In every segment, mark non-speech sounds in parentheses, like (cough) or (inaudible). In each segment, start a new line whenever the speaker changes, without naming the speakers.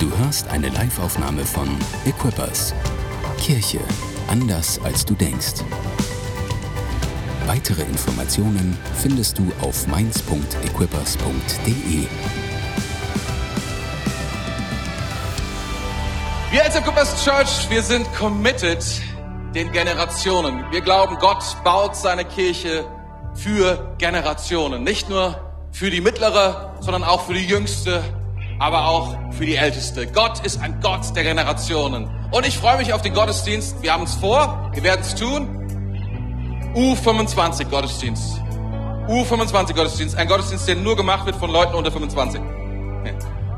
Du hörst eine Liveaufnahme von Equippers. Kirche anders als du denkst. Weitere Informationen findest du auf mainz.equippers.de.
Wir als Equippers Church, wir sind committed den Generationen. Wir glauben, Gott baut seine Kirche für Generationen. Nicht nur für die mittlere, sondern auch für die jüngste, aber auch für die älteste. Gott ist ein Gott der Generationen. Und ich freue mich auf den Gottesdienst. Wir haben es vor, wir werden es tun. U25 Gottesdienst. U25 Gottesdienst. Ein Gottesdienst, der nur gemacht wird von Leuten unter 25.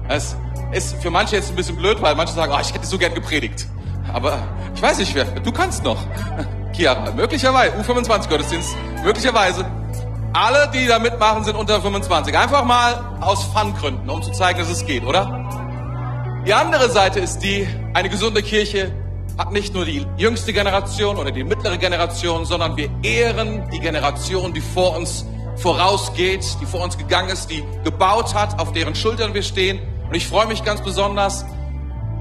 Das ist für manche jetzt ein bisschen blöd, weil manche sagen, oh, ich hätte so gern gepredigt. Aber ich weiß nicht, wer. Du kannst noch. Chiara, möglicherweise. U25 Gottesdienst. Möglicherweise. Alle, die da mitmachen, sind unter 25. Einfach mal aus Fun-Gründen, um zu zeigen, dass es geht, oder? Die andere Seite ist die, eine gesunde Kirche hat nicht nur die jüngste Generation oder die mittlere Generation, sondern wir ehren die Generation, die vor uns vorausgeht, die vor uns gegangen ist, die gebaut hat, auf deren Schultern wir stehen. Und ich freue mich ganz besonders,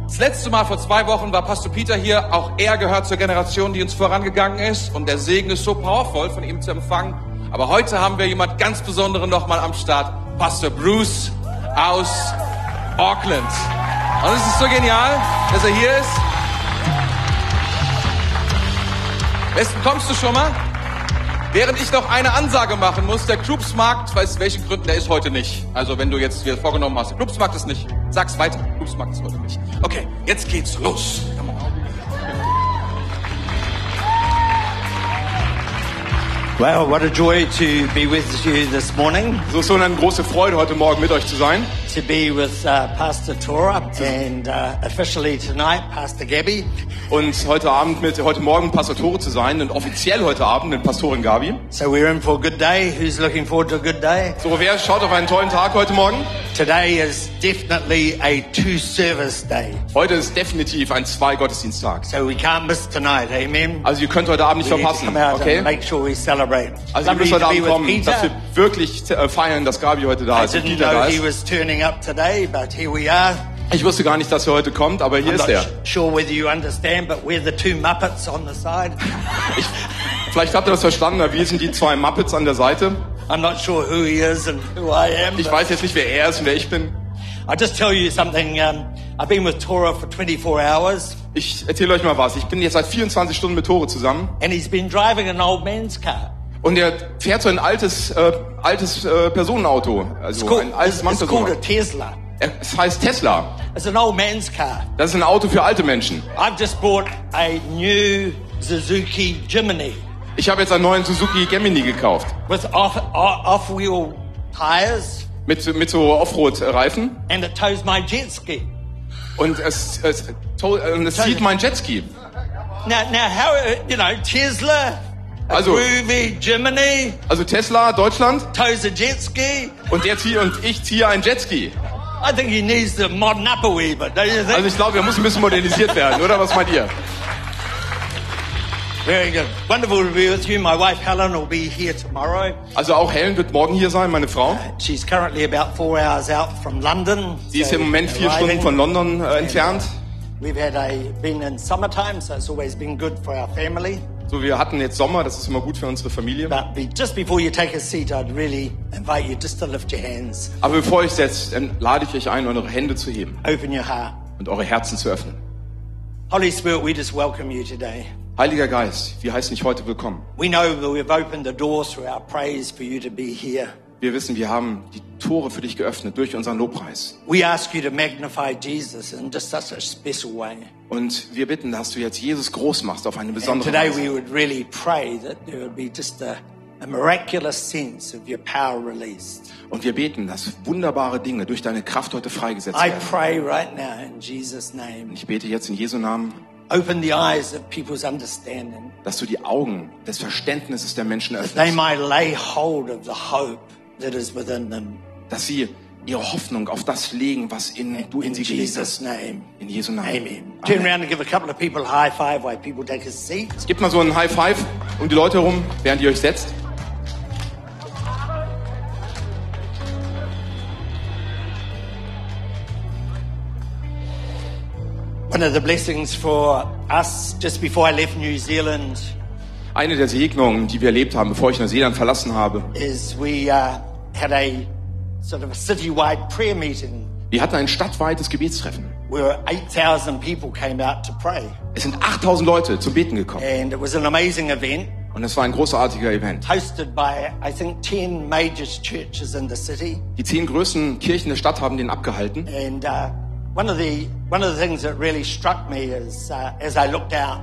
das letzte Mal vor zwei Wochen war Pastor Peter hier. Auch er gehört zur Generation, die uns vorangegangen ist. Und der Segen ist so powerful, von ihm zu empfangen. Aber heute haben wir jemand ganz Besonderen nochmal am Start. Pastor Bruce aus Auckland. Und es ist so genial, dass er hier ist. Wessen kommst du schon mal? Während ich noch eine Ansage machen muss, der Clubsmarkt, weiß welchen Gründen, der ist heute nicht. Also wenn du jetzt dir vorgenommen hast, der Clubsmarkt ist nicht, sag's weiter, Clubsmarkt ist heute nicht. Okay, jetzt geht's los. Come on.
Well, what a joy to be with you this morning,
So schon eine große Freude, heute Morgen mit euch zu sein.
to be with uh, Pastor Tora, and uh, officially tonight, Pastor Gabby.
Und heute Abend mit, heute Morgen Pastor Tore zu sein und offiziell heute Abend mit Pastorin Gabi.
So we're in for a good day. Who's looking forward to a good day?
So, wer schaut auf einen tollen Tag heute Morgen?
Today is definitely a two service day,
Heute ist definitiv ein Zwei-Gottesdienstag.
so we can't miss tonight, amen?
Also ihr könnt heute Abend nicht
We need to
verpassen,
come out and
okay?
make sure we celebrate.
Also ihr
Lovely
müsst
to
heute
be
Abend kommen,
with
dass wir
Peter.
wirklich äh, feiern, dass Gabi heute da
I
ist und
didn't
Peter da
know he
ist.
was turning up today, but here we are.
Ich wusste gar nicht, dass er heute kommt, aber hier
I'm
ist
not
er.
s- sure whether you understand, but we're the two Muppets on the side. (laughs)
Ich, vielleicht habt ihr das verstanden, aber wir sind die zwei Muppets an der Seite.
I'm not sure who he is and who I am.
Ich
but-
weiß jetzt nicht, wer er ist und wer ich bin.
I'll just tell you something. Um, I've been with Tora for 24 hours,
Ich erzähle euch mal was. Ich bin jetzt seit 24 Stunden mit Tore zusammen.
and he's been driving an old man's car.
Und er fährt so ein altes, äh, altes äh, Personenauto. Also
Cool.
ein
it's called
altes
a
Mannspersonenauto.
Tesla.
Er- Es heißt Tesla.
It's an old man's car.
Das ist ein Auto für alte Menschen.
I've just bought a new Suzuki Jimny
Ich habe jetzt einen neuen Suzuki Gemini gekauft.
with off, off, off-wheel tires,
Mit, so- mit so Offroad-Reifen.
and it tows my jet ski.
Und es, es, to- äh, und es
Toll.
zieht mein Jetski.
Now, now, how uh, you know Tesla, a
Also-
groovy Jimny
Also Tesla, Deutschland.
tows a jet ski.
Und der zieht und ich ziehe einen Jetski.
I think he needs to modern up a wee bit, don't you
Also
think?
ich glaube, er muss ein bisschen modernisiert werden, oder? Was meint ihr?
Very good. Wonderful to be with you. My wife Helen will be here tomorrow.
Also auch Helen wird morgen hier sein, meine Frau.
She's currently about four hours out from London.
Sie ist
so
im Moment vier Stunden
arriving.
von London äh, entfernt.
We've had a been in summertime, so it's always been good for our family.
So, wir hatten jetzt Sommer, das ist immer gut für unsere Familie.
But be, just before you take a seat, I'd really invite you just to lift your hands,
Aber bevor ich es jetzt, ähm, lade ich euch ein, eure Hände zu heben
open your heart.
und eure Herzen zu öffnen.
Holy Spirit, we just welcome you today.
Heiliger Geist, wir heißen dich heute willkommen.
We know that we've opened the doors through our praise for you to be here.
Wir wissen, wir haben die Tore für dich geöffnet durch unseren Lobpreis.
We ask you to magnify Jesus in just such a special way.
Und wir bitten, dass du jetzt Jesus groß machst auf eine
And
besondere
today we
Weise.
would really pray that there would be just a, a miraculous sense of your power released.
Und wir beten, dass wunderbare Dinge durch deine Kraft heute freigesetzt
I
werden.
pray right now in Jesus' name.
Ich bete jetzt in Jesu Namen,
Open the eyes of people's understanding.
dass du die Augen des Verständnisses der Menschen
They
öffnest,
might lay hold of the hope that is within them.
dass sie ihre Hoffnung auf das legen, was in, du in
In
sie gelegt
Jesus'
hast.
name.
In Jesu Namen.
Amen.
Amen.
Turn around and give a couple of people a high five while people take a seat.
Gebt mal so einen High Five um die Leute herum, während ihr euch setzt.
One of the blessings for us just before I left New Zealand
Eine der Segnungen, die wir erlebt haben, bevor ich Neuseeland verlassen habe.
is we uh, had a sort of a citywide prayer meeting
Wir hatten ein stadtweites Gebetstreffen.
where 8,000 people came out to pray.
Es sind 8000 Leute zum Beten gekommen.
And it was an amazing event
Und es war ein großartiger Event.
hosted by, I think, 10 major churches in the city.
Die zehn größten Kirchen der Stadt haben den abgehalten.
And uh, one, of the, one of the things that really struck me is, uh, as I looked out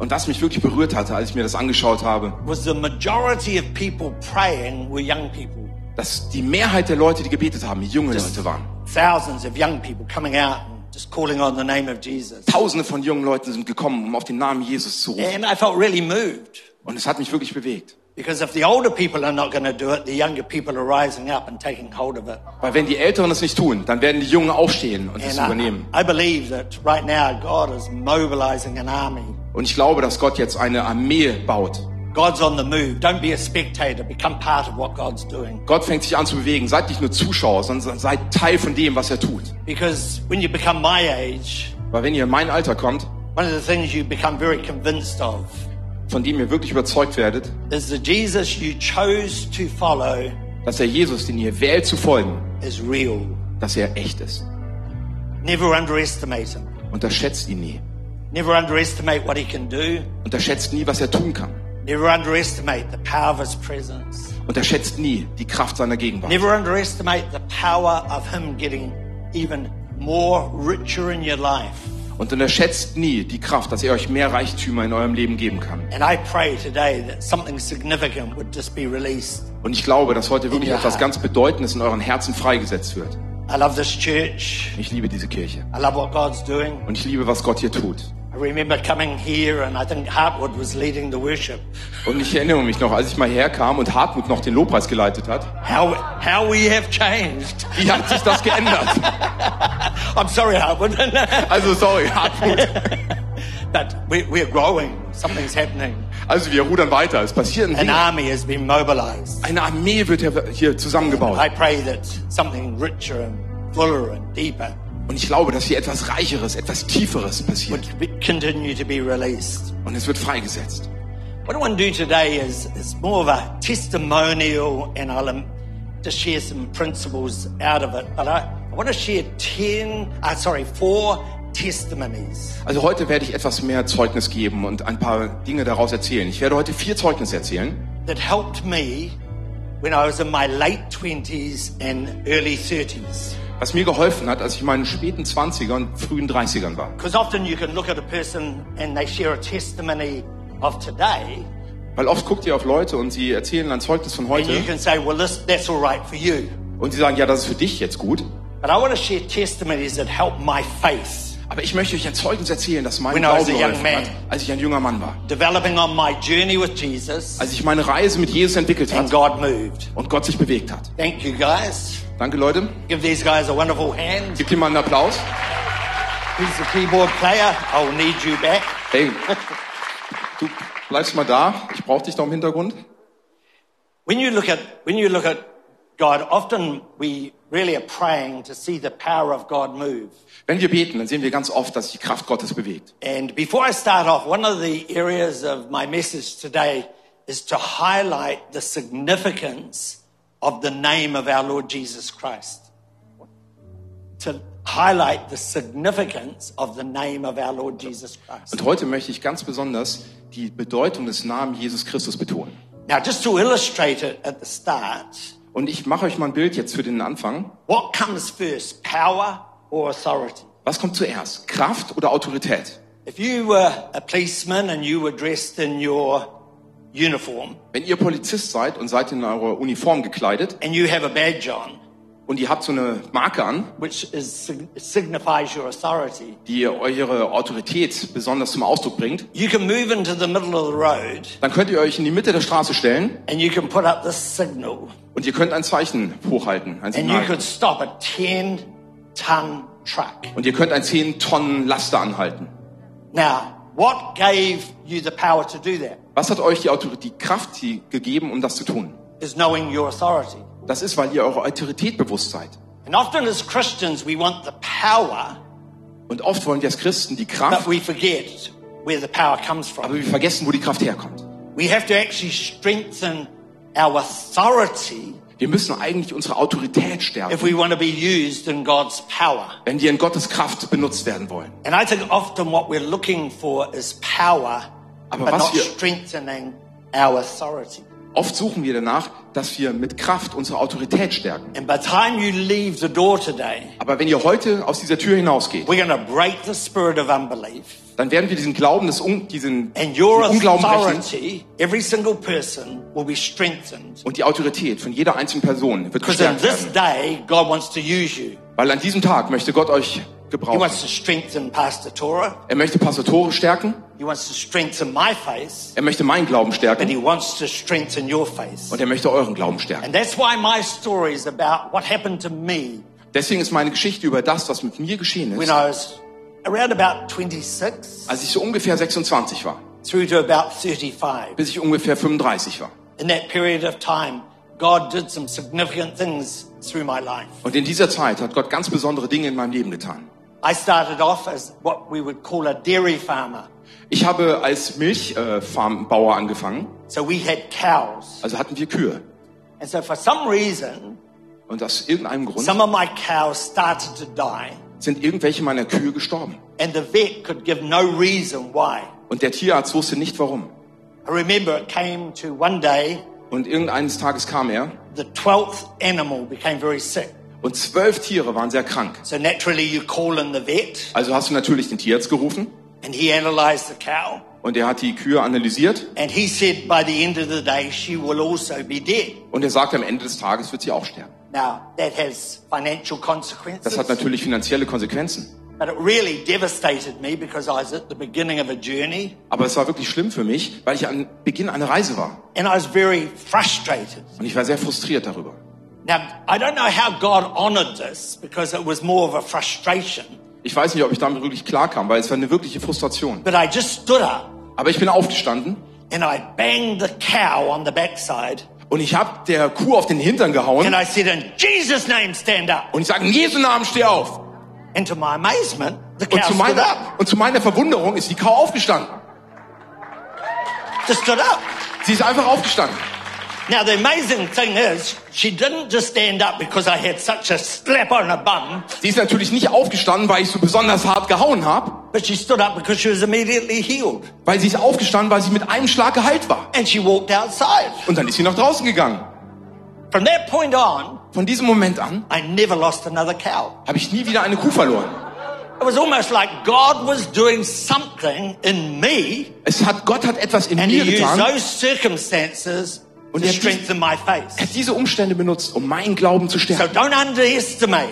Und was mich wirklich berührt hatte, als ich mir das angeschaut habe,
was the majority of people praying were young people.
dass die Mehrheit der Leute, die gebetet haben, junge Leute waren.
Thousands of young people coming out and just calling on the name of Jesus.
Tausende von jungen Leuten sind gekommen, um auf den Namen Jesus zu
And
rufen.
I felt really moved
Und es hat mich wirklich bewegt.
because if the older people are not going to do it, the younger people are rising up and taking hold of it.
Weil wenn die Älteren es nicht tun, dann werden die Jungen aufstehen und es
And
übernehmen.
I, I believe that right now God is mobilizing an army.
Und ich glaube, dass Gott jetzt eine Armee baut.
God's on the move. Don't be a spectator. Become part of what God's doing.
Gott fängt sich an zu bewegen. Seid nicht nur Zuschauer, sondern seid Teil von dem, was er tut.
Because when you become my age,
Weil wenn ihr in mein Alter kommt,
one of the things you become very convinced of
von dem ihr wirklich überzeugt werdet,
is the Jesus you chose to follow
dass der Jesus, den ihr wählt zu folgen,
is real.
dass er echt ist.
Never underestimate him.
Unterschätzt ihn nie.
Never underestimate what he can do.
Unterschätzt nie, was er tun kann.
Never underestimate the power of his presence.
Unterschätzt nie die Kraft seiner Gegenwart.
Never underestimate the power of him getting even more richer in your life.
Und unterschätzt nie die Kraft, dass er euch mehr Reichtümer in eurem Leben geben kann.
And I pray today that something significant would just be released.
Und ich glaube, dass heute wirklich
Ja.
etwas ganz Bedeutendes in euren Herzen freigesetzt wird.
I love this church.
Ich liebe diese Kirche.
I love what God's doing.
Und ich liebe, was Gott hier tut.
I remember coming here and I think Hartwood was leading the worship.
Und ich erinnere mich noch, als ich mal herkam und Hartmut noch den Lobpreis geleitet hat,
How, how we have changed. (laughs)
wie hat sich das geändert?
I'm sorry, Hartwood. (laughs)
Also sorry, Hartmut.
but we, we're growing. Something's happening.
Also wir rudern weiter. Es passieren
An
Dinge.
army has been mobilized.
Eine Armee wird hier- hier
I
zusammengebaut.
pray that something richer and fuller and deeper
Und ich glaube, dass hier etwas Reicheres, etwas Tieferes passiert.
would be, continue to be released.
Und es wird freigesetzt.
What I want to do today is, is more of a testimonial, and I'll um, just share some principles out of it. But I, I want to share 10, uh, sorry, four testimonies.
Also heute werde ich etwas mehr Zeugnis geben und ein paar Dinge daraus erzählen. Ich werde heute vier Zeugnisse erzählen,
that helped me when I was in my late 20s and early 30s.
was mir geholfen hat, als ich in meinen späten 20er und frühen 30ern war.
Because often you can look at a person and they share a testimony of today,
Weil oft guckt ihr auf Leute und sie erzählen ein Zeugnis von
and you
heute
can say, well, this, that's all right for you.
und sie sagen, ja, das ist für dich jetzt gut.
But I want to share testimonies that help my faith,
Aber ich möchte euch ein Zeugnis erzählen, das mein
When I was
Glauben
a young
geholfen
man.
hat, als ich ein junger Mann war.
developing on my journey with Jesus,
Als ich meine Reise mit Jesus entwickelt
and
hat
God moved.
und Gott sich bewegt hat.
Thank you, guys.
Danke, Leute.
Give these guys a wonderful hand.
Gebt ihm mal einen Applaus.
Who's the keyboard player? I'll need you back.
Hey, du bleibst mal da. Ich brauche dich da im Hintergrund.
When you look at when you look at God, often we really are praying to see the power of God move.
Wenn wir beten, dann sehen wir ganz oft, dass sich die Kraft Gottes bewegt.
And before I start off, one of the areas of my message today is to highlight the significance of the name of our Lord Jesus Christ. To highlight the significance of the name of our Lord Jesus Christ.
Und heute möchte ich ganz besonders die Bedeutung des Namens Jesus Christus betonen.
Now, just to illustrate it at the start,
Und ich mache euch mal ein Bild jetzt für den Anfang.
what comes first, power or authority?
Was kommt zuerst? Kraft oder Autorität?
If you were a policeman and you were dressed in your uniform
Wenn ihr Polizist seid und seid in eure Uniform gekleidet
and you have a badge on,
und ihr habt so eine Marke an,
which is, sig- signifies your authority,
die eure Autorität besonders zum Ausdruck bringt,
you can move into the middle of the road
dann könnt ihr euch in die Mitte der Straße stellen
and you can put up this signal
und ihr könnt ein Zeichen hochhalten, ein
and you
Signal.
could stop a 10 ton truck.
Und ihr könnt ein 10 Tonnen Laster anhalten.
Now, what gave you the power to do that
Was hat euch die, Autorität, die Kraft die gegeben, um das zu tun?
is knowing your authority.
Das ist, weil ihr eurer Autorität bewusst seid.
And often as Christians, we want the power
Und oft wollen jetzt Christen die
but
Kraft,
we forget where the power comes
aber
from.
wir vergessen, wo die Kraft herkommt.
We have to actually strengthen our authority
Wir müssen eigentlich unsere Autorität
if
stärken,
we want to be used in God's power.
wenn wir in Gottes Kraft benutzt werden wollen.
And I think often what we're looking for is power,
Aber
but
was
not
wir-
strengthening our authority.
Oft suchen wir danach, dass wir mit Kraft unsere Autorität stärken.
And by the time you leave the door today,
Aber wenn ihr heute aus dieser Tür hinausgeht,
we're going to break the spirit of unbelief.
dann werden wir diesen Glauben, des Un diesen,
And
diesen
your
Unglauben brechen.
authority, every single person will be strengthened.
Und die Autorität von jeder einzelnen Person wird
Because in
gestärkt
this
werden.
day, God wants to use you.
Weil an diesem Tag möchte Gott euch
He
gebrauchen.
wants to strengthen Pastor Torah.
Er möchte Pastore stärken,
He wants to strengthen my faith.
er möchte meinen Glauben
But he
stärken
wants to strengthen your faith.
und er möchte euren Glauben stärken.
And that's why my story is about what happened to me
Deswegen ist meine Geschichte über das, was mit mir geschehen
when
ist,
I was around about 26
als ich so ungefähr 26 war,
through to about 35.
bis ich ungefähr 35 war.
In that period of time, God did some significant things through my life.
Und in dieser Zeit hat Gott ganz besondere Dinge in meinem Leben getan.
I started off as what we would call a dairy farmer.
Ich habe als Milchfarmbauer äh, Farmbauer angefangen,
So we had cows.
also hatten wir Kühe.
And so for some reason,
Und aus irgendeinem Grund
some of my cows started to die
sind irgendwelche meiner Kühe gestorben.
and the vet could give no reason why.
Und der Tierarzt wusste nicht warum.
I remember it came to one day,
Und irgendeines Tages kam er
the 12th animal became very sick.
und zwölf Tiere waren sehr krank.
So naturally you call in the vet
Also hast du natürlich den Tierarzt gerufen
and he analyzed the cow.
und er hat die Kühe analysiert
And he said, by the end of the day, she will also be dead.
und er sagt, am Ende des Tages wird sie auch sterben.
Now, that has financial
Das
consequences.
hat natürlich finanzielle Konsequenzen.
But it really devastated me because I was at the beginning of a journey
Aber es war wirklich schlimm für mich, weil ich am Beginn einer Reise war.
and I was very frustrated.
Und ich war sehr frustriert darüber.
Now, I don't know how God honored this because it was more of a frustration.
Ich weiß nicht, ob ich damit wirklich klarkam, weil es war eine wirkliche Frustration.
But I just stood up
Aber ich bin aufgestanden
and I banged the cow on the backside
und ich habe der Kuh auf den Hintern
and
gehauen
I said, in Jesus' name, stand up.
und ich sage, in Jesu Namen steh auf.
And to my amazement, the
Und
cow
zu,
stood up.
meiner, und zu meiner Verwunderung ist die Kuh aufgestanden.
Just stood up.
Sie ist einfach aufgestanden.
Now, the amazing thing is, she didn't just stand up because I had such a slap on her bum,
Sie ist natürlich nicht aufgestanden, weil ich so besonders hart gehauen habe,
but she stood up because she was immediately healed.
weil sie ist aufgestanden, weil sie mit einem Schlag geheilt war.
And she walked outside.
Und dann ist sie nach draußen gegangen.
From that point on,
Von diesem Moment an
I never lost another cow.
habe ich nie wieder eine Kuh verloren.
It was almost like God was doing something in me,
Es hat, Gott hat etwas in
and
mir
He used
getan. Er
those circumstances
Und
to
er hat dies-
strengthen my faith.
hat diese Umstände benutzt, um meinen Glauben zu
So
stärken.
don't underestimate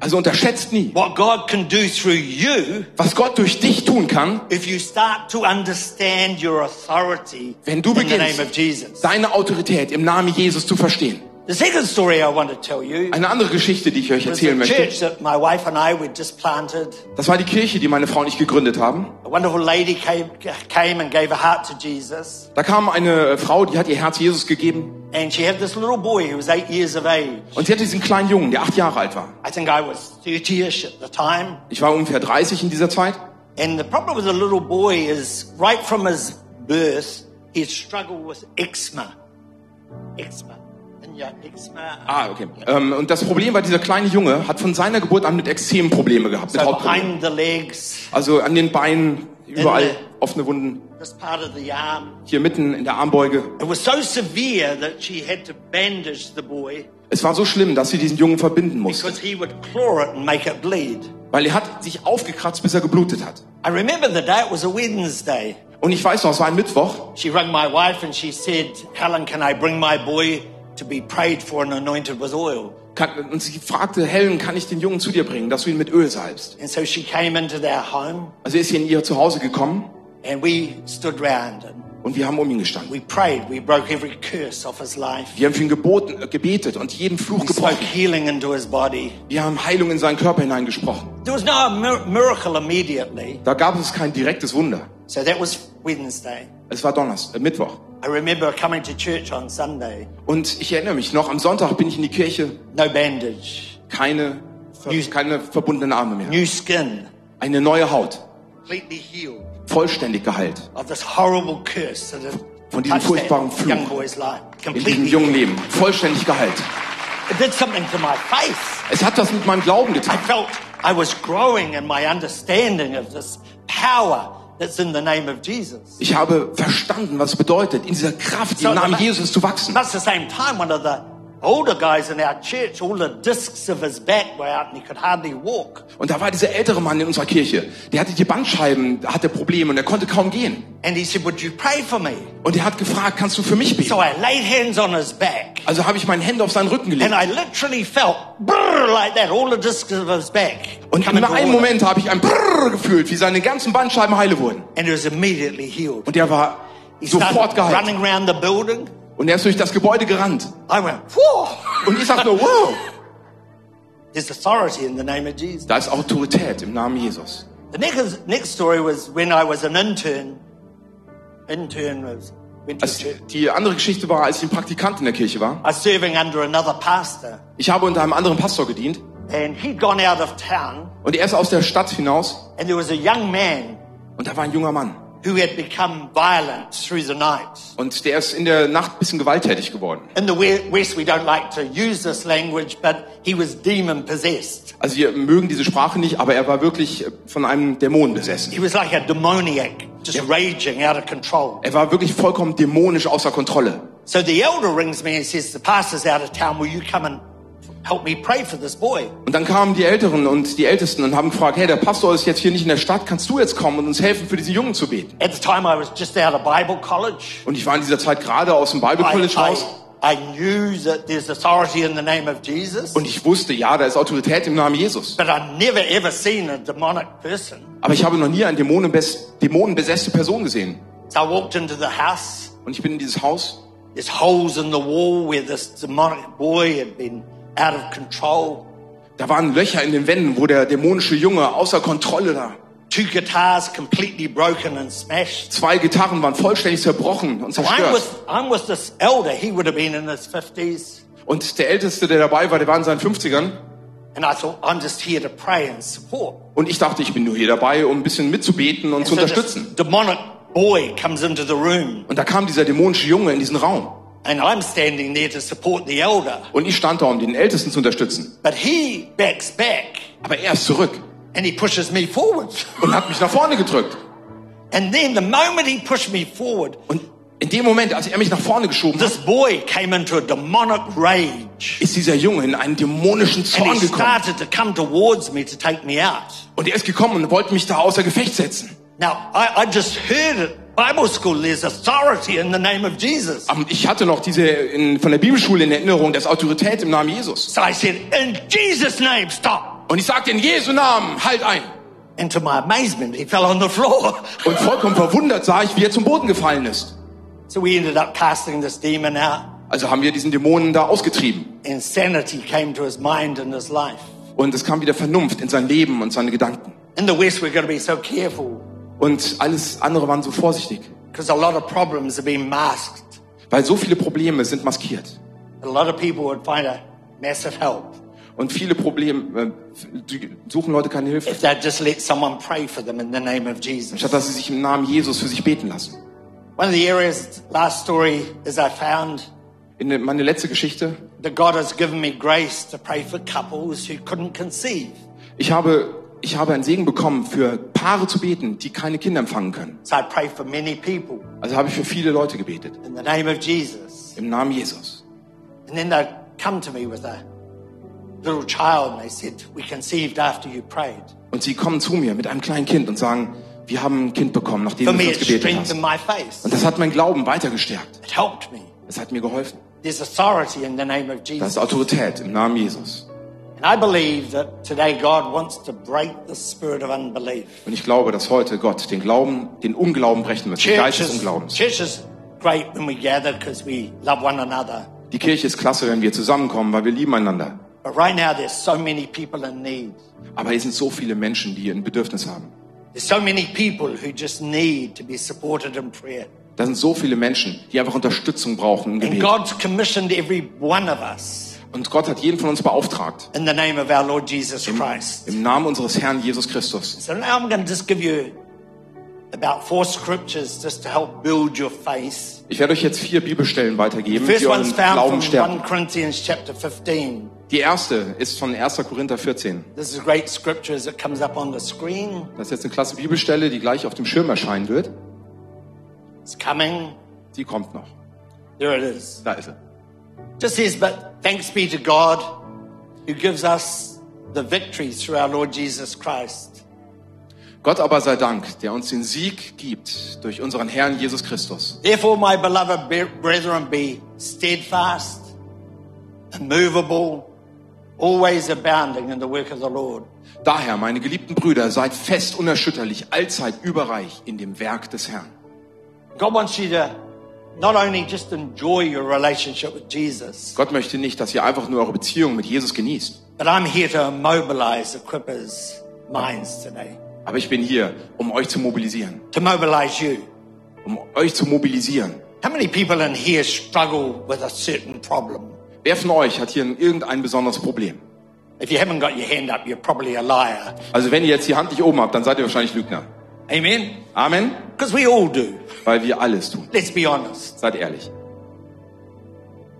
Also unterschätzt nie,
what God can do through you
was Gott durch dich tun kann,
if you start to understand your authority
wenn du
in the name of
beginnst,
Jesus.
deine Autorität im Namen Jesus zu verstehen.
The second story I want to tell you
Eine andere Geschichte, die ich euch
was
erzählen
a
möchte,
church that my wife and I were just planted.
das war die Kirche, die meine Frau und ich gegründet haben.
A wonderful lady came, came and gave her heart to Jesus,
Da kam eine Frau, die hat ihr Herz Jesus gegeben
and she had this little boy who was eight years of age.
und sie hatte diesen kleinen Jungen, der acht Jahre alt war.
I think I was 30-ish at the time.
Ich war ungefähr 30 in dieser Zeit.
And the problem with the little boy is right from his birth, he had struggled with eczema. Eczema. And yeah, eczema. uh,
Ah, okay. Ähm, und das Problem war, dieser kleine Junge hat von seiner Geburt an mit Extremen Probleme gehabt, mit
So
Hautproblemen.
behind the legs,
Also an den Beinen, überall
Ende.
offene Wunden,
this part of the arm.
hier mitten in der Armbeuge.
It was so severe that she had to bandage the boy
Es war so schlimm, dass sie diesen Jungen verbinden musste,
because he would claw it and make it bleed.
weil er hat sich aufgekratzt, bis er geblutet hat.
I remember the day, it was a Wednesday.
Und ich weiß noch, es war ein Mittwoch
She rang my wife and she said, Helen, can I bring my boy to be prayed for and anointed with oil?
kann, und sie fragte, Helen, kann ich den Jungen zu dir bringen, dass du ihn mit Öl salbst?
And so she came into their home
Also ist sie in ihr Zuhause gekommen
and we stood round and
und wir haben um ihn gestanden.
we prayed. We broke every curse off his life.
Wir haben für ihn geboten, äh, gebetet und jeden Fluch
We spoke
gebrochen.
healing into his body.
Wir haben Heilung in seinen Körper hineingesprochen.
There was no mir- miracle immediately.
Da gab es kein direktes Wunder.
So that was Wednesday.
Es war Donnerstag, äh, Mittwoch.
I remember coming to church on Sunday.
Und ich erinnere mich noch, am Sonntag bin ich in die Kirche,
No bandage,
keine, ver- keine verbundenen Arme mehr.
new skin.
eine neue Haut,
completely healed
vollständig geheilt
of this horrible curse that had
Von diesem
touched
furchtbaren
that
Fluch.
young boy's life.
in diesem
Completely.
jungen Leben, vollständig geheilt.
It did something to my faith.
Es hat was mit meinem Glauben getan.
I felt I was growing in my understanding of this power that's in the name of Jesus.
Ich habe verstanden, was es bedeutet, in dieser Kraft im Namen Jesus zu wachsen.
That's the same time one of the older guys in our church, all the discs of his back were out and he could hardly walk.
Und da war dieser ältere Mann in unserer Kirche, der hatte die Bandscheiben, da hatte Probleme und er konnte kaum gehen.
And he said, Would you pray for me?
Und er hat gefragt, kannst du für mich beten?
So I laid hands on his back.
Also habe ich meine Hände auf seinen Rücken gelegt.
And I literally felt brrr, like that, all the discs of his back.
Und in
coming
einem
toward him.
Moment habe ich ein Brrr gefühlt, wie seine ganzen Bandscheiben heile wurden.
And he was immediately healed.
Und er war
He
sofort
started
geheilt.
running around the building.
Und er ist durch das Gebäude gerannt.
I went, whoa!
Und ich sage nur, wow,
There's authority in the name of Jesus.
da ist Autorität im Namen Jesus.
The next, next story was when I was an intern. Intern was, went to
Als
church.
Also die andere Geschichte war, als ich ein Praktikant in der Kirche war.
I was serving under another pastor.
Ich habe unter einem anderen Pastor gedient.
And he'd gone out of town.
Und er ist aus der Stadt hinaus.
And there was a young man
Und da war ein junger Mann.
who had become violent through the night.
Und der ist in der Nacht ein bisschen gewalttätig geworden.
In the we- West, we don't like to use this language, but he was demon possessed.
Also wir mögen diese Sprache nicht, aber er war wirklich von einem Dämon
He
besessen.
was like a demoniac, just raging out of control.
Er war wirklich vollkommen dämonisch außer Kontrolle.
So the elder rings me and says, The pastor's out of town. Will you come and help me pray for this boy?
Und dann kamen die Älteren und die Ältesten und haben gefragt, hey, der Pastor ist jetzt hier nicht in der Stadt, kannst du jetzt kommen und uns helfen, für diesen Jungen zu beten?
At the time, I was just out of Bible college.
Und ich war in dieser Zeit gerade aus dem Bible
I,
College raus
I, I knew that there's authority in the name of Jesus,
und ich wusste, ja, da ist Autorität im Namen Jesus.
but I'd never ever seen a demonic person.
Aber ich habe noch nie eine dämonenbes dämonenbesesste Person gesehen.
So I walked into the house.
Und ich bin in dieses Haus
There's holes in the wall where this demonic boy had been out of control.
Da waren Löcher in den Wänden, wo der dämonische Junge außer Kontrolle war.
Two guitars completely broken and smashed.
Zwei Gitarren waren vollständig zerbrochen
I'm
und zerstört.
with, I'm with this elder. He would have been in his 50s.
Und der Älteste, der dabei war, der war in seinen 50ern.
And I thought, I'm just here to pray and support.
Und ich dachte, ich bin nur hier dabei, um ein bisschen mitzubeten und zu
So this
unterstützen.
demonic boy comes into the room,
Und da kam dieser dämonische Junge in diesen Raum.
and I'm standing there to support the elder.
Und ich stand da, um den Ältesten zu unterstützen.
But he backs back,
Aber er ist zurück
and he pushes me forward.
und hat mich nach vorne gedrückt.
And then the moment he pushed me forward,
Und in dem Moment, als er mich nach vorne geschoben hat,
this boy came into a demonic rage.
ist dieser Junge in einen dämonischen
And
Zorn
he
gekommen.
started to come towards me to take me out.
Und er ist gekommen und wollte mich da außer Gefecht setzen.
Now, I, I just heard at Bible school there's authority in the name of Jesus.
Aber ich hatte noch diese in, von der Bibelschule in Erinnerung, das Autorität im Namen Jesus.
So I said, In Jesus' name, stop.
Und ich sagte in Jesu Namen, halt ein.
And to my amazement, he fell on the floor. (laughs)
Und vollkommen verwundert sah ich, wie er zum Boden gefallen ist.
So we ended up casting this demon out,
Also haben wir diesen Dämonen da ausgetrieben.
and sanity came to his mind and his life.
Und es kam wieder Vernunft in sein Leben und seine Gedanken.
In the West, we're going to be so careful
Und alles andere waren so vorsichtig.
because a lot of problems are being masked.
Weil so viele Probleme sind maskiert.
A lot of people would find a massive help
Und viele Probleme, äh, die suchen Leute keine Hilfe.
if they just let someone pray for them in the name of Jesus.
Statt dass sie sich im Namen Jesus für sich beten lassen.
One of the areas, last story, is I found
In der- meine letzte Geschichte.
that God has given me grace to pray for couples who couldn't conceive.
Ich habe, ich habe einen Segen bekommen, für Paare zu beten, die keine Kinder empfangen können.
So I pray for many people
Also habe ich für viele Leute gebetet.
in the name of Jesus.
Im Namen Jesus.
And then they'd come to me with a little child and they said, We conceived after you prayed.
Und sie kommen zu mir mit einem kleinen Kind und sagen, wir haben ein Kind bekommen, nachdem
For
du
me,
für
it
uns gebetet hast.
strengthened
Und
my faith.
das hat meinen Glauben weiter gestärkt.
It helped me.
Es hat mir geholfen.
There's authority in the name of
Das ist
Jesus.
Autorität im Namen Jesus.
And I believe that today God wants to break the spirit of unbelief.
Und ich glaube, dass heute Gott den Glauben, den Unglauben brechen wird, den Geist des
Churches,
Unglaubens.
church is great when we gather because we love one another.
Die Kirche ist klasse, wenn wir zusammenkommen, weil wir lieben einander.
But right now, there's so many people in need.
Aber hier sind so viele Menschen, die ein Bedürfnis haben.
There's so many people who just need to be supported in prayer.
Da sind so viele Menschen, die einfach Unterstützung brauchen im
And
Gebet.
God's commissioned every one of us
Und Gott hat jeden von uns beauftragt.
in the name of our Lord Jesus Christ.
Im Namen unseres Herrn Jesus Christus.
So now I'm going to just give you about four scriptures just to help build your faith.
Ich werde euch jetzt vier Bibelstellen weitergeben,
First
die euren
one's
Glauben
found from
stärken.
1 Corinthians chapter 15.
Die erste ist von 1. Korinther 14.
This is great scripture as it comes up on the screen.
Das ist jetzt eine klasse Bibelstelle, die gleich auf dem Schirm erscheinen wird.
It's coming.
Die kommt noch.
There it is.
Da ist sie.
Just says, but thanks be to God who gives us the victory through our Lord Jesus Christ.
Gott aber sei Dank, der uns den Sieg gibt durch unseren Herrn Jesus Christus.
Therefore, my beloved be- brethren, be steadfast, immovable, always abounding in the work of the Lord.
Daher, meine geliebten Brüder, seid fest unerschütterlich, allzeit überreich in dem Werk des Herrn.
God wants you to not only just enjoy your relationship with Jesus,
Gott möchte nicht, dass ihr einfach nur eure Beziehung mit Jesus genießt.
but I'm here to mobilize equippers' minds today,
Aber ich bin hier, um euch zu mobilisieren.
to mobilize you.
Um euch zu mobilisieren.
How many people in here struggle with a certain problem?
Wer von euch hat hier irgendein besonderes Problem?
If you haven't got your hand up, you're probably a liar.
Also wenn ihr jetzt die Hand nicht oben habt, dann seid ihr wahrscheinlich Lügner.
Amen?
Amen?
Because we all do.
Weil wir alles tun.
Let's be honest.
Seid ehrlich.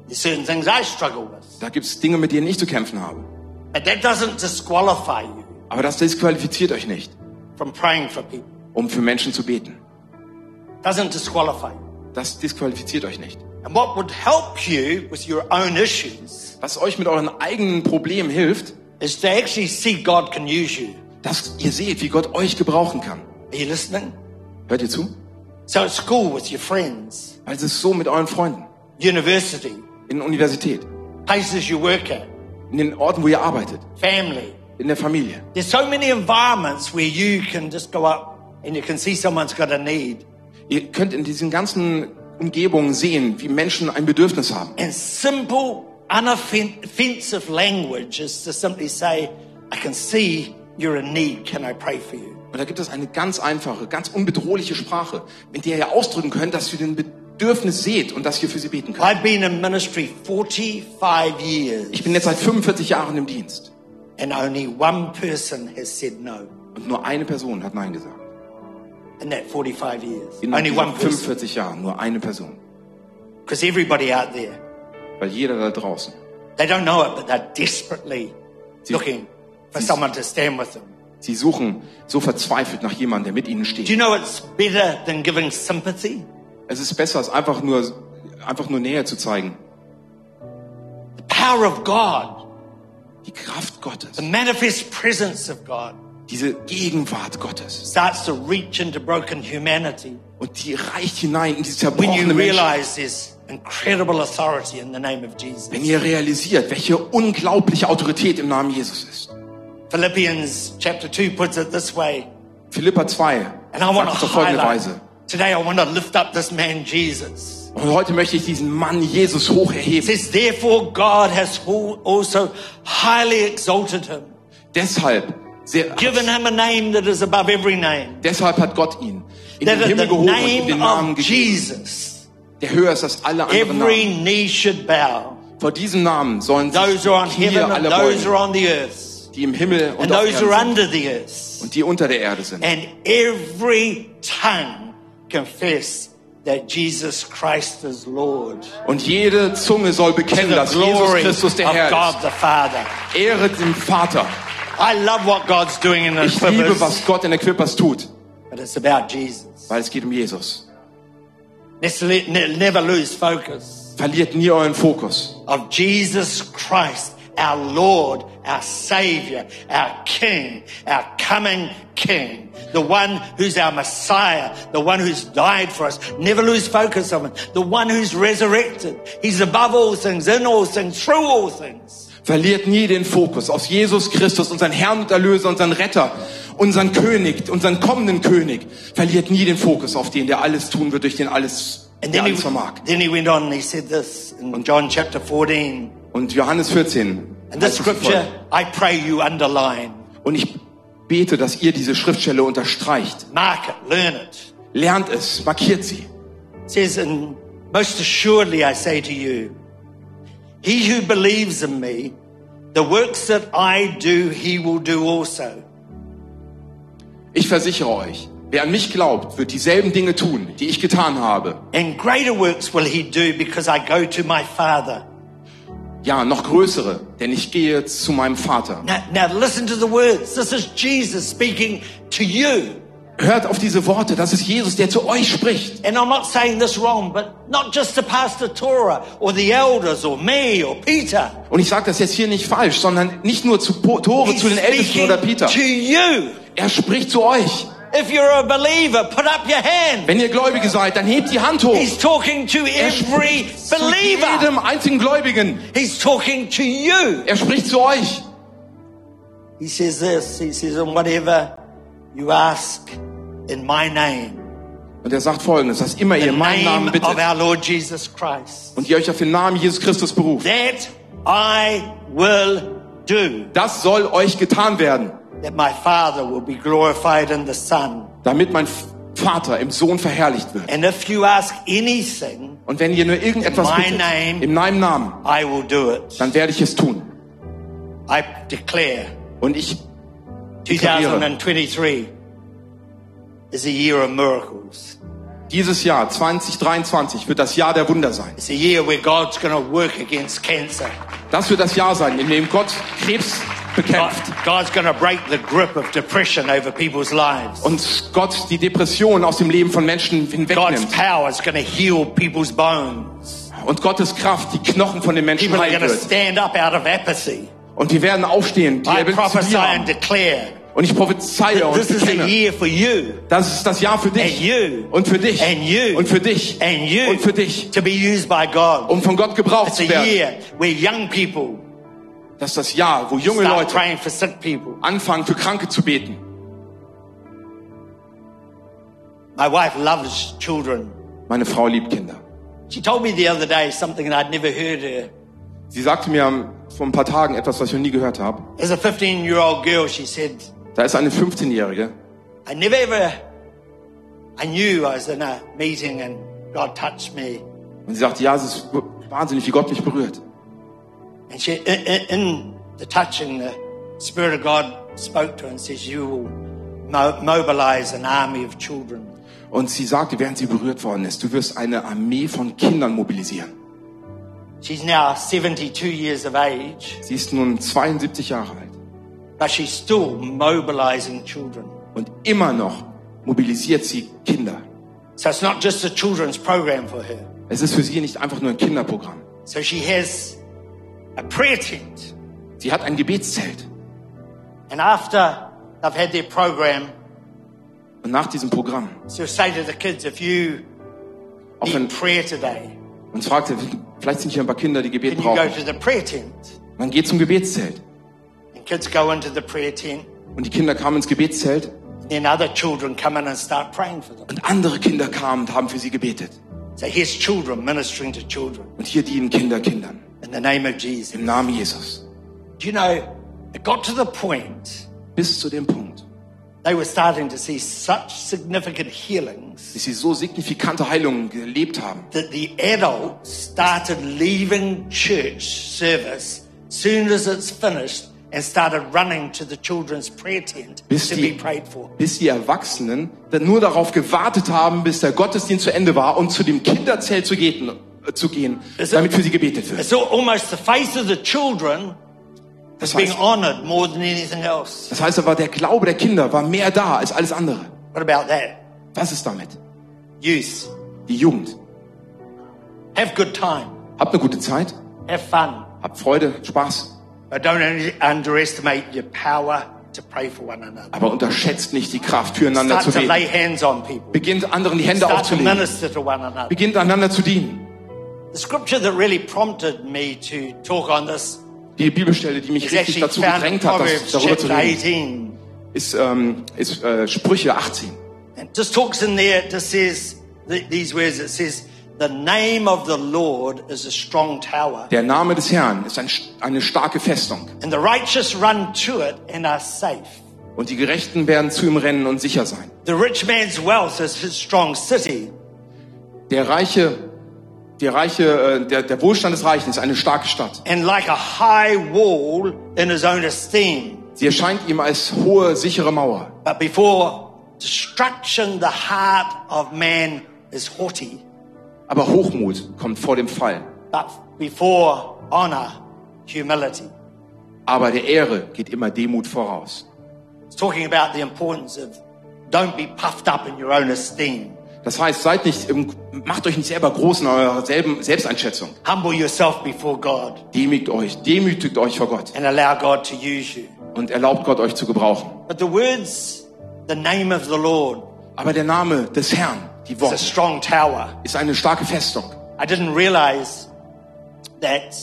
There's certain things I struggle with,
Da gibt's Dinge, mit denen ich zu kämpfen habe.
but that doesn't disqualify you
Aber das disqualifiziert euch nicht,
from praying for people.
um für Menschen zu beten.
Doesn't disqualify you.
Das disqualifiziert euch nicht.
And what would help you with your own issues
Was euch mit euren eigenen Problemen hilft,
is to actually see God can use you.
dass ihr seht, wie Gott euch gebrauchen kann.
Are you listening?
Hört ihr zu?
So at school with your friends,
Also es ist so mit euren Freunden,
university,
in der Universität,
places you work at,
in den Orten, wo ihr arbeitet,
family.
in der Familie.
There's so many environments where you can just go up and you can see someone's got a need.
Ihr könnt in diesen ganzen Umgebungen sehen, wie Menschen ein Bedürfnis haben.
And simple, unoffensive language is to simply say, I can see you're in need. Can I pray for you?
Und da gibt es eine ganz einfache, ganz unbedrohliche Sprache, mit der ihr ausdrücken könnt, dass ihr den Bedürfnis seht und dass ihr für sie beten könnt.
I've been in ministry 45 years
Ich bin jetzt seit 45 Jahren im Dienst
and only one person has said no
und nur eine Person hat Nein gesagt.
in that 45 years.
In
only
diesen
one person.
45 Jahren nur eine Person,
Because everybody out there,
weil jeder da draußen,
They don't know it, but they're desperately looking for someone to stand with them.
sie suchen so verzweifelt nach jemandem, der mit ihnen
Do you
steht.
know it's better than giving sympathy?
Es ist besser, als einfach nur einfach nur Nähe zu zeigen.
The power of God,
Die Kraft Gottes,
the manifest presence of God,
diese Gegenwart Gottes
starts to reach into broken humanity
und die reicht hinein in diese
when you
zerbrochene Menschen.
realize there's incredible authority in the name of Jesus.
Wenn ihr realisiert, welche unglaubliche Autorität im Namen Jesus ist.
Philippians chapter 2 puts it this way,
Philippa 2
and I want
sagt
to
es auf folgende
highlight.
Weise.
Today I want to lift up this man Jesus.
Und heute möchte ich diesen Mann Jesus hoch
It
erheben.
says, therefore God has al- also highly exalted him.
Deshalb, sehr,
given him a name that is above every name.
deshalb hat Gott ihn in
That
den
at the
Himmel gehoben und ihm
name
den Namen
of
gegeben.
Jesus,
Der höher ist als alle anderen
every
Namen.
knee should bow.
Vor diesem Namen sollen sich
Those who are on
die Knie
heaven and
alle
those who are
beugen,
on the earth.
die im Himmel und
And
auf
those who are
Erden sind
under the earth.
und die unter der Erde sind.
And every tongue confess that Jesus Christ is Lord.
Und jede Zunge soll
To
bekennen,
the
dass Jesus
glory
Christus
of
der Herr
God
ist.
the Father.
Ehre dem Vater.
I love what God's doing in the
Ich liebe,
Clippers,
was Gott in Equippers tut,
but it's about Jesus.
weil es geht um Jesus.
Let's let, ne- never lose focus.
Verliert nie euren Fokus
of Jesus Christ, our Lord, our Savior, our King, our coming King, the one who's our Messiah, the one who's died for us. Never lose focus of him. The one who's resurrected. He's above all things, in all things, through all things.
Verliert nie den Fokus auf Jesus Christus, unseren Herrn und Erlöser, unseren Retter, unseren König, unseren kommenden König. Verliert nie den Fokus auf den, der alles tun wird, durch den alles,
And
der
then
alles
he,
vermag.
then he went on and he said this in John chapter 14.
Und Johannes 14.
And this
heißt es wie folgt.
scripture, I pray you underline.
Und ich bete, dass ihr diese Schriftstelle unterstreicht.
Mark it, learn it.
Lernt es, markiert sie.
It says, and most assuredly I say to you, He who believes in me, the works that I do, he will do also.
Ich versichere euch, wer an mich glaubt, wird dieselben Dinge tun, die ich getan habe.
And greater works will he do because I go to my Father.
Ja, noch größere, denn ich gehe zu meinem Vater.
Now, now listen to the words. This is Jesus speaking to you.
Hört auf diese Worte, das ist Jesus, der zu euch spricht.
And I'm not saying this wrong, but not just to Pastor Torah or the elders or me or Peter.
Und ich sage das jetzt hier nicht falsch, sondern nicht nur zu Po- Tore,
He's
zu den Ältesten
speaking
oder Peter.
to you.
Er spricht zu euch.
If you're a believer, put up your hand.
Wenn ihr Gläubige seid, dann hebt die Hand hoch.
He's talking to (laughs)
Er
every
spricht zu
believer.
jedem einzigen Gläubigen.
He's talking to you.
Er spricht zu euch.
He says this. He says, and whatever you ask in my name,
Und er sagt folgendes, dass immer ihr
the
meinen
name
Namen
of
bittet
our Lord Jesus Christ,
und ihr euch auf den Namen Jesus Christus beruft.
that I will do,
Das soll euch getan werden,
that my Father will be glorified in the Son.
damit mein Vater im Sohn verherrlicht wird.
And if you ask anything,
Und wenn ihr nur irgendetwas
My
bittet,
name.
in meinem Namen,
I will do it.
dann werde ich es tun.
I declare
Und ich,
2023 is a year of miracles.
dieses Jahr 2023 wird das Jahr der Wunder sein.
It's a year where God's going to work against cancer.
Das wird das Jahr sein, in dem Gott Krebs bekämpft.
God- God's going to break the grip of depression over people's lives.
Und Gott die Depression aus dem Leben von Menschen
God's
hinwegnimmt.
power is going to heal people's bones.
Und Gottes Kraft die Knochen von den Menschen
People are
heilen
going to
wird.
stand up out of apathy.
Und wir werden aufstehen, die
I
Erbe- zu
prophesy
dir
and
haben.
declare
Und ich prophezeie und
this is a
bekenne,
year for you
das ist das Jahr für
and
dich
you
und für dich
and you
und für dich
and you
und für dich,
to be used by God.
um von Gott gebraucht
It's a
zu werden.
year where young people
Das ist das Jahr, wo junge
start
Leute
praying for sick people.
anfangen, für Kranke zu beten.
My wife loves children.
Meine Frau liebt Kinder.
She told me the other day something that I'd never heard her.
Sie sagte mir am- vor ein paar Tagen etwas, was ich noch nie gehört habe.
As a 15 year old girl, she said,
Da ist eine 15-Jährige,
I never ever, I knew I was in a meeting and God touched me.
und sie sagte, ja, es ist wahnsinnig, wie Gott mich berührt.
And she, in, in, in the touching, the Spirit of God spoke to her and says, you will mo- mobilize an army of children.
Und sie sagte, während sie berührt worden ist, du wirst eine Armee von Kindern mobilisieren.
She's now 72 years of age,
Sie ist nun 72 Jahre alt
but she's still mobilizing children.
und immer noch mobilisiert sie Kinder.
So it's not just a children's program for her.
Es ist für sie nicht einfach nur ein Kinderprogramm.
So she has a prayer tent.
Sie hat ein Gebetszelt.
And after they've had their program,
Und nach diesem Programm
she'll say to the kids, if you
auch wenn,
need prayer today,
uns fragte, vielleicht sind hier ein paar Kinder, die Gebet
can you go to
brauchen.
the prayer tent?
Man geht zum Gebetszelt.
And kids go into the prayer tent.
Und die Kinder kamen ins Gebetszelt
And then other children come in and start praying for them.
und andere Kinder kamen und haben für sie gebetet.
So here's children ministering to children
Und hier dienen Kinder Kindern.
in the name of Jesus.
Im Namen Jesus.
Do you know, it got to the point
Bis zu dem Punkt,
they were starting to see such significant healings
dass sie so signifikante Heilungen gelebt haben,
that the adults started leaving church service soon as it's finished and started running to the children's prayer tent
Bis
to
die-
be prayed for.
bis die Erwachsenen dann nur darauf gewartet haben, bis der Gottesdienst zu Ende war und zu dem Kinderzelt zu gehen, äh, zu gehen
Ist er-
damit für sie gebetet wird.
It's al- almost the face of the children
Das
being
heißt,
honored more than anything else.
das heißt aber, der Glaube der Kinder war mehr da als alles andere.
What about that?
Was ist damit?
Youth,
Die Jugend.
have good time,
Habt eine gute Zeit,
have fun,
habt Freude, Spaß,
but don't un- underestimate your power to pray for one another.
aber unterschätzt nicht die Kraft, füreinander
Start
zu
to lay
beten.
hands on people.
Beginnt anderen die Hände
Start to
aufzulegen.
minister to one another.
Beginnt einander zu dienen.
The scripture that really prompted me to talk on this
Die Bibelstelle, die mich
is
richtig
actually
dazu
found in
gedrängt hat, das,
Proverbs
darüber zu
chapter
reden,
18.
ist, ähm, ist äh, Sprüche 18.
And just talks in there, it just says th- these words, it says, the name of the Lord is a strong tower,
Der Name des Herrn ist ein, eine starke Festung.
and the righteous run to it and are safe.
Und die Gerechten werden zu ihm rennen und sicher sein.
The rich man's wealth is his strong city,
Der Reiche Der reiche, äh, der, der Wohlstand des Reichen ist eine starke Stadt.
and like a high wall in his own esteem.
Sie erscheint ihm als hohe, sichere Mauer.
But before destruction, the heart of man is haughty.
Aber Hochmut kommt vor dem Fall.
But before honor, humility.
Aber der Ehre geht immer Demut voraus.
It's talking about the importance of don't be puffed up in your own esteem.
Das heißt, seid nicht, im, macht euch nicht selber groß in eurer selben Selbsteinschätzung.
Humble yourself before God
Demütigt euch, demütigt euch vor Gott
and allow God to use you.
und erlaubt Gott euch zu gebrauchen.
But the words, the name of the Lord,
Aber der Name des Herrn, die
is a
Worte,
strong tower.
ist eine starke Festung.
I didn't realize that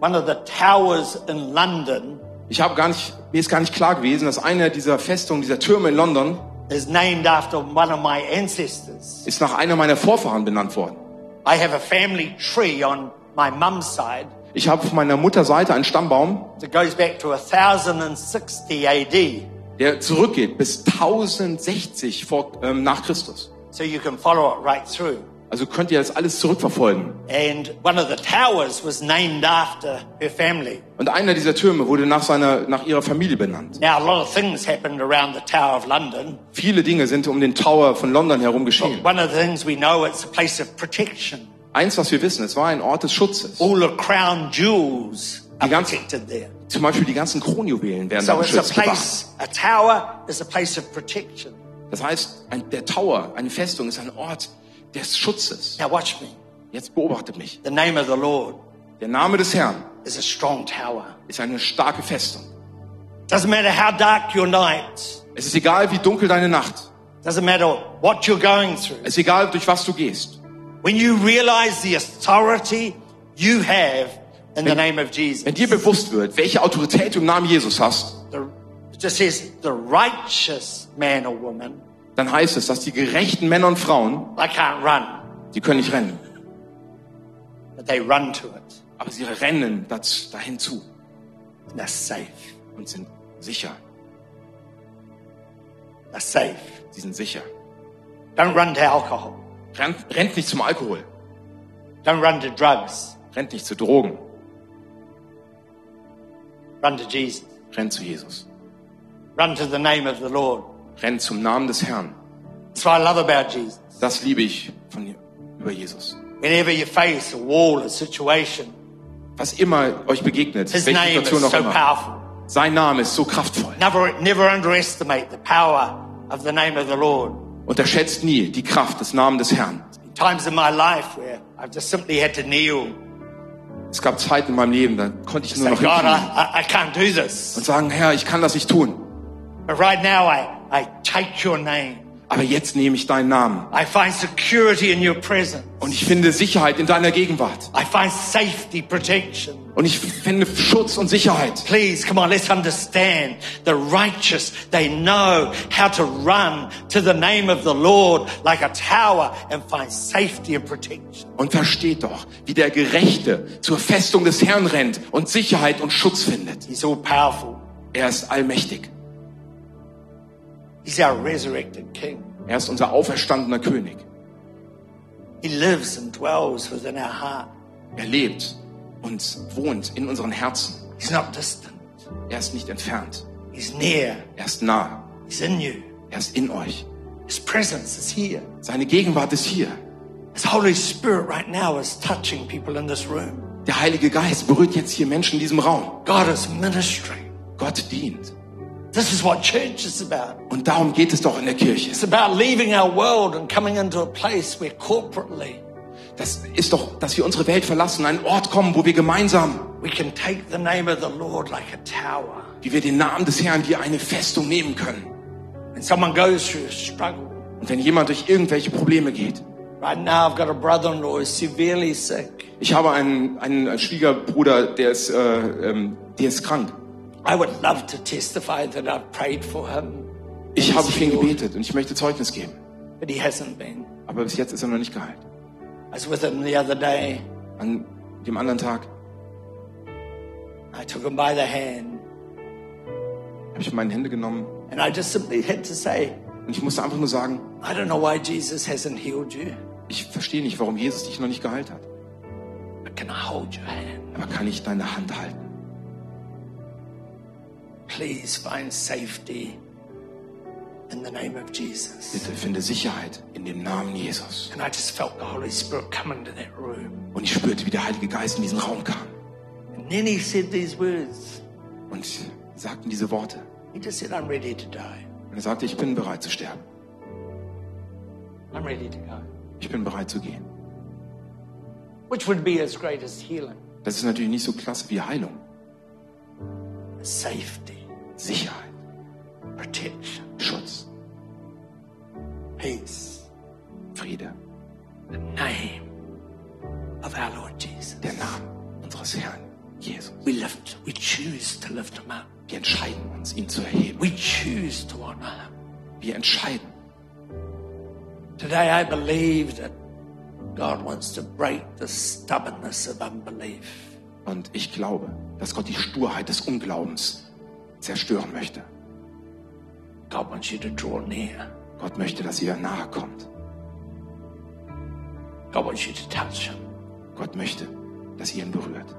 one of the towers in London
Ich habe gar nicht, mir ist gar nicht klar gewesen, dass einer dieser Festungen, dieser Türme in London,
is named after one of my ancestors.
ist nach einer meiner Vorfahren benannt worden.
I have a family tree on my mum's side
Ich habe auf meiner Mutterseite einen Stammbaum,
that goes back to 1060 AD.
der zurückgeht bis 1060 vor, ähm, nach Christus.
So you can follow it right through.
Also könnt ihr das alles zurückverfolgen.
And one of the towers was named after her family.
Und einer dieser Türme wurde nach seiner, nach ihrer Familie benannt.
Now, a lot of things happened around the Tower of London.
Viele Dinge sind um den Tower von London herum geschehen.
One of the things we know, it's a place of protection.
Eins, was wir wissen, es war ein Ort des Schutzes.
All the crown jewels are
Die ganzen-
protected there.
Zum Beispiel die ganzen Kronjuwelen werden da
So it's a
geschützt gewahrt.
place, a tower is a place of protection.
Das heißt, ein, der Tower, eine Festung, ist ein Ort des Schutzes.
Now, watch me.
Jetzt beobachtet mich.
The name of the Lord
Der Name des Herrn
is a strong tower.
ist eine starke Festung.
Doesn't matter how dark your night.
Es ist egal, wie dunkel deine Nacht.
Doesn't matter what you're going through.
Es ist egal, durch was du gehst.
When you realize the authority you have in the name of Jesus,
Wenn dir bewusst wird, welche Autorität du im Namen Jesus hast,
the, it just says the righteous man or woman,
dann heißt es, dass die gerechten Männer und Frauen,
I can't run,
die können nicht rennen,
but they run to it
aber sie rennen daz- dahin zu
and they're safe.
und sind sicher.
They're safe.
Sie sind sicher.
Don't run to alcohol.
Rennt, rennt nicht zum Alkohol,
Don't run to drugs.
rennt nicht zu Drogen,
Run to Jesus.
rennt zu Jesus,
Run to the name of the Lord.
rennt zum Namen des Herrn.
That's what I love about Jesus.
Das liebe ich von über Jesus.
Whenever you face a wall, a situation,
Was immer euch begegnet,
His
welche
name is
Situation auch
so
immer,
powerful.
sein Name ist so kraftvoll.
Never, never underestimate the power of the name of the Lord.
Unterschätzt nie die Kraft des Namen des Herrn.
Times in my life where I've just simply had to kneel
Es gab Zeiten in meinem Leben, da konnte ich nur
say,
noch
God, I,
hinknien
I, I can't do this.
und sagen, Herr, ich kann das nicht tun.
But right now, I, I take your name.
Aber jetzt nehme ich deinen Namen
I find security in your presence.
und ich finde Sicherheit in deiner Gegenwart
I find safety, protection.
und ich finde Schutz und Sicherheit.
Please, come on, let's understand the righteous, they know how to run to the name of the Lord like a tower and find safety and protection.
Und versteht doch, wie der Gerechte zur Festung des Herrn rennt und Sicherheit und Schutz findet.
He's all powerful.
Er ist allmächtig.
He's our resurrected King.
Er ist unser auferstandener König.
He lives and dwells within our heart.
Er lebt und wohnt in unseren Herzen.
He's not distant.
Er ist nicht entfernt.
He's near.
Er ist nah.
He's in you.
Er ist in euch.
His presence is here.
Seine Gegenwart ist hier.
His Holy Spirit right now is touching people in this room.
Der Heilige Geist berührt jetzt hier Menschen in diesem Raum.
God is ministering.
Gott dient.
This is what church is about.
Und darum geht es doch in der Kirche.
It's about leaving our world and coming into a place where corporately
Das ist doch, dass wir unsere Welt verlassen, einen Ort kommen, wo wir gemeinsam,
we can take the name of the Lord like a tower.
wie wir den Namen des Herrn wie eine Festung nehmen können.
And someone goes through a struggle.
Und wenn jemand durch irgendwelche Probleme geht,
Right now, I've got a brother in law who's severely sick.
ich habe einen, einen Schwiegerbruder, der ist, äh, ähm, der ist krank.
I would love to testify that I've prayed for him.
Ich habe für ihn gebetet und ich möchte Zeugnis geben.
But he hasn't been.
Aber bis jetzt ist er noch nicht geheilt.
I was with him the other day.
An dem anderen Tag
I took him by the hand
habe ich meine Hände genommen
and I just simply had to say,
und ich musste einfach nur sagen,
I don't know why Jesus hasn't healed you.
Ich verstehe nicht, warum Jesus dich noch nicht geheilt hat.
But can I hold your hand?
Aber kann ich deine Hand halten?
Please find safety in the name of Jesus.
Bitte finde Sicherheit in dem Namen Jesus.
And I just felt the Holy Spirit come into that room.
Und ich spürte, wie der Heilige Geist in diesen Raum kam.
And then he said these words.
Und sagten diese Worte.
He just said, I'm ready to die.
Und er sagte, ich bin bereit zu sterben.
I'm ready to go.
Ich bin bereit zu gehen.
Which would be as great as healing,
Das ist natürlich nicht so klasse wie Heilung.
safety,
Sicherheit,
protection,
Schutz,
peace,
Friede,
the name of our Lord Jesus.
der Name unseres Herrn Jesus.
We lift, we choose to lift him up.
Wir entscheiden uns, ihn zu erheben.
We choose to honor him.
Wir entscheiden.
Today I believe that God wants to break the stubbornness of unbelief.
Und ich glaube, dass Gott die Sturheit des Unglaubens zerstören möchte.
God wants you to draw near.
Gott möchte, dass ihr nahe kommt.
God wants you to touch him.
Gott möchte, dass ihr ihn berührt.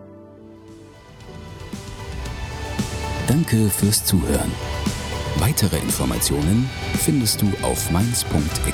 Danke fürs Zuhören. Weitere Informationen findest du auf mainz.equippers.de.